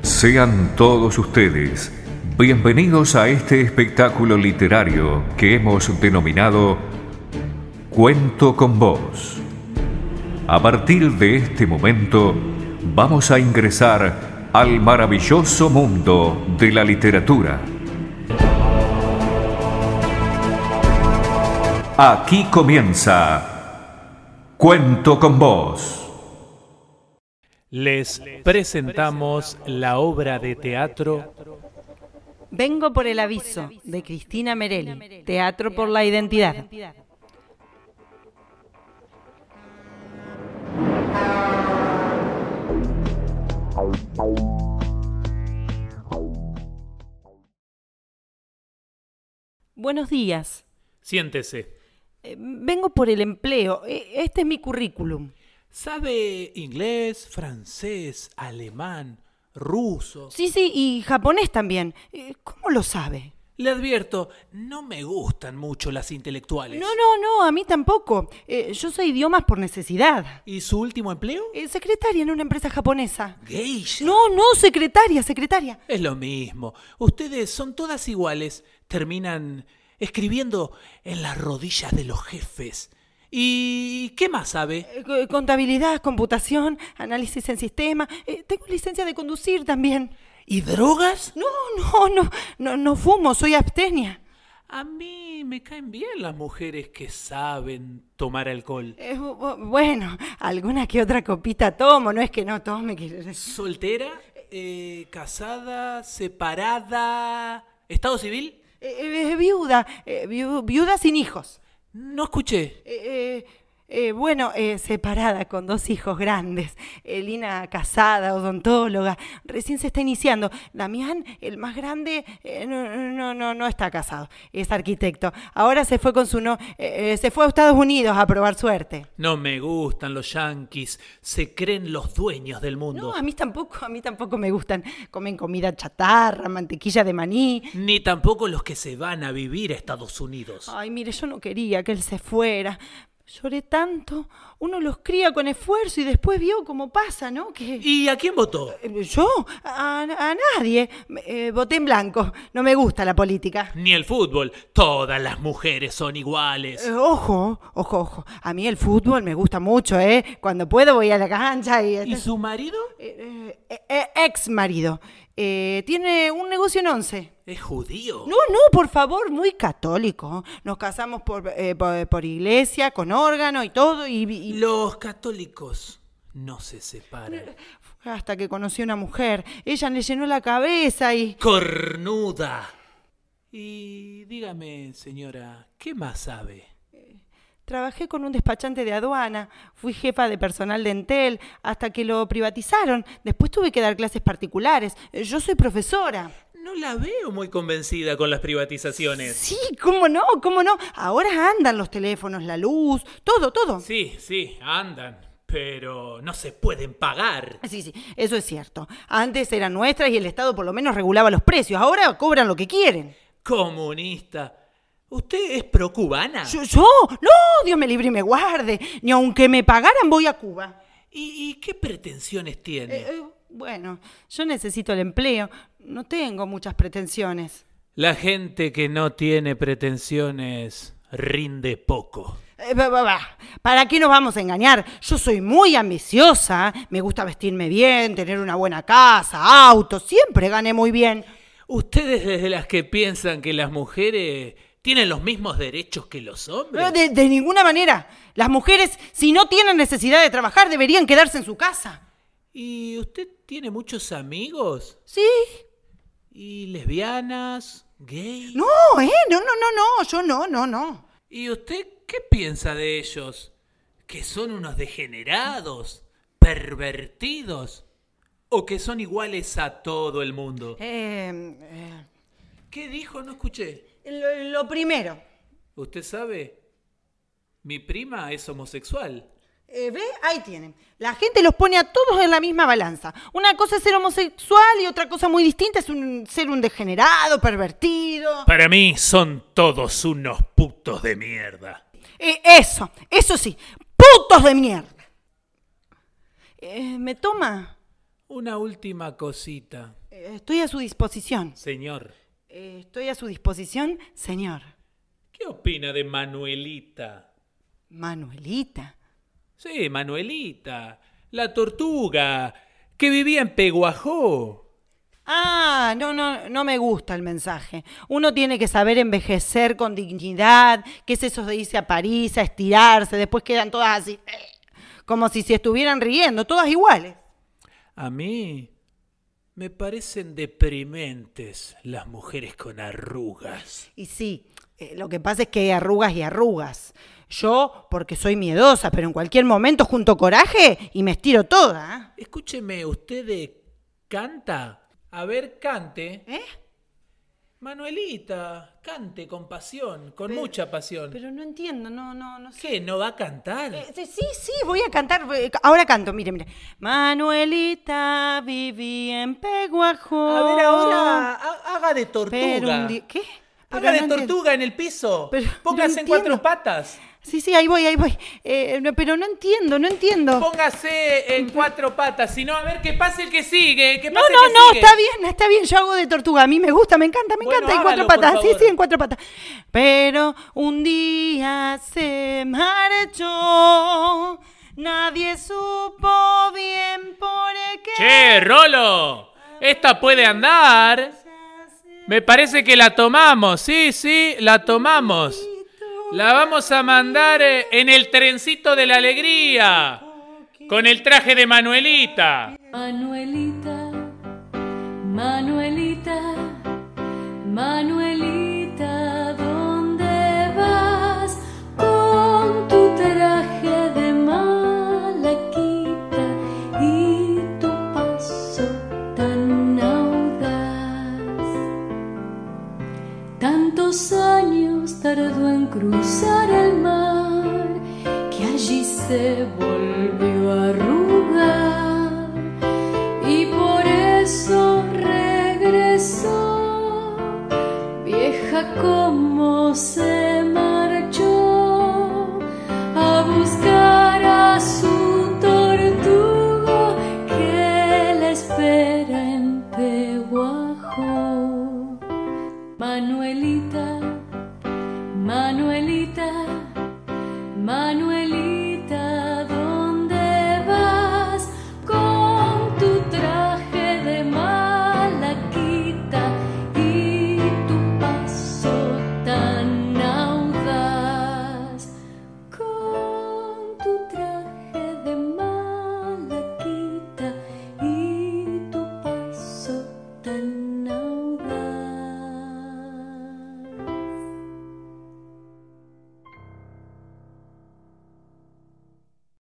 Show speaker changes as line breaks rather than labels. Sean todos ustedes bienvenidos a este espectáculo literario que hemos denominado Cuento con Voz. A partir de este momento vamos a ingresar al maravilloso mundo de la literatura. Aquí comienza Cuento con Voz.
Les presentamos la obra de teatro
Vengo por el aviso de Cristina Merelli, Teatro por la Identidad. Buenos días.
Siéntese.
Eh, Vengo por el empleo. E- Este es mi currículum.
Sabe inglés, francés, alemán, ruso.
Sí, sí, y japonés también. Eh, ¿Cómo lo sabe?
Le advierto, no me gustan mucho las intelectuales.
No, no, no, a mí tampoco. Eh, yo sé idiomas por necesidad.
¿Y su último empleo?
Eh, secretaria en una empresa japonesa.
Geisha.
No, no, secretaria, secretaria.
Es lo mismo. Ustedes son todas iguales. Terminan escribiendo en las rodillas de los jefes. ¿Y qué más sabe?
Eh, co- Contabilidad, computación, análisis en sistema. Eh, tengo licencia de conducir también.
¿Y drogas?
No, no, no, no, no fumo, soy abstenia.
A mí me caen bien las mujeres que saben tomar alcohol.
Eh, bu- bu- bueno, alguna que otra copita tomo, no es que no tome. Que...
¿Soltera? eh, ¿Casada? ¿Separada? ¿Estado civil?
Eh, eh, viuda, eh, viu- viuda sin hijos.
No escuché.
Eh, eh, eh, bueno, eh, separada con dos hijos grandes. Elina casada, odontóloga, recién se está iniciando. Damián, el más grande, eh, no, no, no, no está casado, es arquitecto. Ahora se fue con su no, eh, eh, se fue a Estados Unidos a probar suerte.
No me gustan los yanquis. Se creen los dueños del mundo.
No, a mí tampoco, a mí tampoco me gustan. Comen comida chatarra, mantequilla de maní.
Ni tampoco los que se van a vivir a Estados Unidos.
Ay, mire, yo no quería que él se fuera. Lloré tanto. Uno los cría con esfuerzo y después vio cómo pasa, ¿no? Que...
¿Y a quién votó?
Eh, ¿Yo? A, a nadie. Eh, voté en blanco. No me gusta la política.
Ni el fútbol. Todas las mujeres son iguales.
Eh, ojo, ojo, ojo. A mí el fútbol me gusta mucho, ¿eh? Cuando puedo voy a la cancha y...
¿Y su marido?
Eh, eh, eh, ex marido. Eh, tiene un negocio en once.
¿Es judío?
No, no, por favor, muy católico. Nos casamos por, eh, por, por iglesia, con órgano y todo, y, y-
Los católicos no se separan.
hasta que conocí a una mujer. Ella le llenó la cabeza y...
¡Cornuda! Y dígame, señora, ¿qué más sabe?
Trabajé con un despachante de aduana, fui jefa de personal de Entel hasta que lo privatizaron. Después tuve que dar clases particulares. Eh, Yo soy profesora.
No la veo muy convencida con las privatizaciones.
Sí, cómo no, cómo no. Ahora andan los teléfonos, la luz, todo, todo. Sí,
Sí, sí, andan, pero no se pueden pagar.
sí, eso es cierto. Antes eran nuestras y el Estado por lo menos regulaba los precios. Ahora cobran lo que quieren.
Comunista. ¿Usted es procubana?
Yo, yo, no, Dios me libre y me guarde. Ni aunque me pagaran voy a Cuba.
¿Y, y qué pretensiones tiene?
Eh, eh, bueno, yo necesito el empleo. No tengo muchas pretensiones.
La gente que no tiene pretensiones rinde poco.
Eh, ba, ba, ba. ¿Para qué nos vamos a engañar? Yo soy muy ambiciosa, me gusta vestirme bien, tener una buena casa, auto, siempre gané muy bien.
¿Ustedes desde las que piensan que las mujeres tienen los mismos derechos que los
No,
hombres?
de, de ninguna manera. Las mujeres, si no tienen necesidad de trabajar, deberían quedarse en su casa.
¿Y usted tiene muchos amigos?
¿Sí?
¿Y lesbianas? ¿Gays?
No, eh, no, no, no, no, yo no, no, no.
¿Y usted qué piensa de ellos? ¿Que son unos degenerados, pervertidos? ¿O que son iguales a todo el mundo?
Eh, eh,
¿Qué dijo? No escuché.
lo- lo primero.
¿Usted sabe? Mi prima es homosexual.
Eh, ¿Ve? Ahí tienen. La gente los pone a todos en la misma balanza. Una cosa es ser homosexual y otra cosa muy distinta es un- ser un degenerado, pervertido.
Para mí son todos unos putos de mierda.
Eh, eso, eso sí. ¡Putos de mierda! Eh, ¿Me toma?
Una última cosita.
Eh, Estoy a su disposición.
Señor,
Eh, estoy a su disposición, señor.
¿qué opina de Manuelita?
Manuelita.
Sí, Manuelita, la tortuga, que vivía en Peguajó.
Ah, no, no, no me gusta el mensaje. Uno tiene que saber envejecer con dignidad, que es eso de irse a París, a estirarse, después quedan todas así, eh, como si se estuvieran riendo, todas iguales.
A mí me parecen deprimentes las mujeres con arrugas.
Y sí, eh, lo que pasa es que hay arrugas y arrugas. Yo, porque soy miedosa, pero en cualquier momento junto coraje y me estiro toda. ¿eh?
Escúcheme, ¿usted eh, canta? A ver, cante.
¿eh? ¿Eh?
Manuelita, cante con pasión, con mucha pasión.
Pero no entiendo, no, no, no sé.
¿Qué? ¿No va a cantar?
Eh, Sí, sí, sí, voy a cantar. eh, Ahora canto, mire, mire. Manuelita vivía en Peguajó.
A ver, ahora ha- haga de
Pero
tortuga.
un di- ¿Qué? Pero
Haga de
no entiendo.
tortuga en el piso.
Pero
Póngase
no
en cuatro
entiendo.
patas.
Sí, sí, ahí voy, ahí voy. Eh, no, pero no entiendo, no entiendo.
Póngase en cuatro patas. Si no, a ver, que pase el que sigue. Que
No,
pase
no,
el que
no,
sigue.
está bien, está bien, yo hago de tortuga, a mí me gusta, me encanta, me
Bueno,
encanta, en cuatro
hágalo, por
patas, sí,
favor.
sí, en cuatro patas. Pero un día se marchó, nadie supo bien por qué.
Che, Rolo, esta puede andar. Me parece que la tomamos. Sí, sí, la tomamos. La vamos a mandar eh, en el trencito de la alegría. Con el traje de Manuelita.
Manuelita, Manuelita, Manuelita, ¿dónde vas con tu traje de malaquita y tu paso tan audaz? Tantos años tardó en cruzar el mar que allí se volvió a arrugar y por eso regresó, vieja como se marchó a buscar a su tortugo que la espera en Peguajo. Manuelita, Manuelita, Manuelita.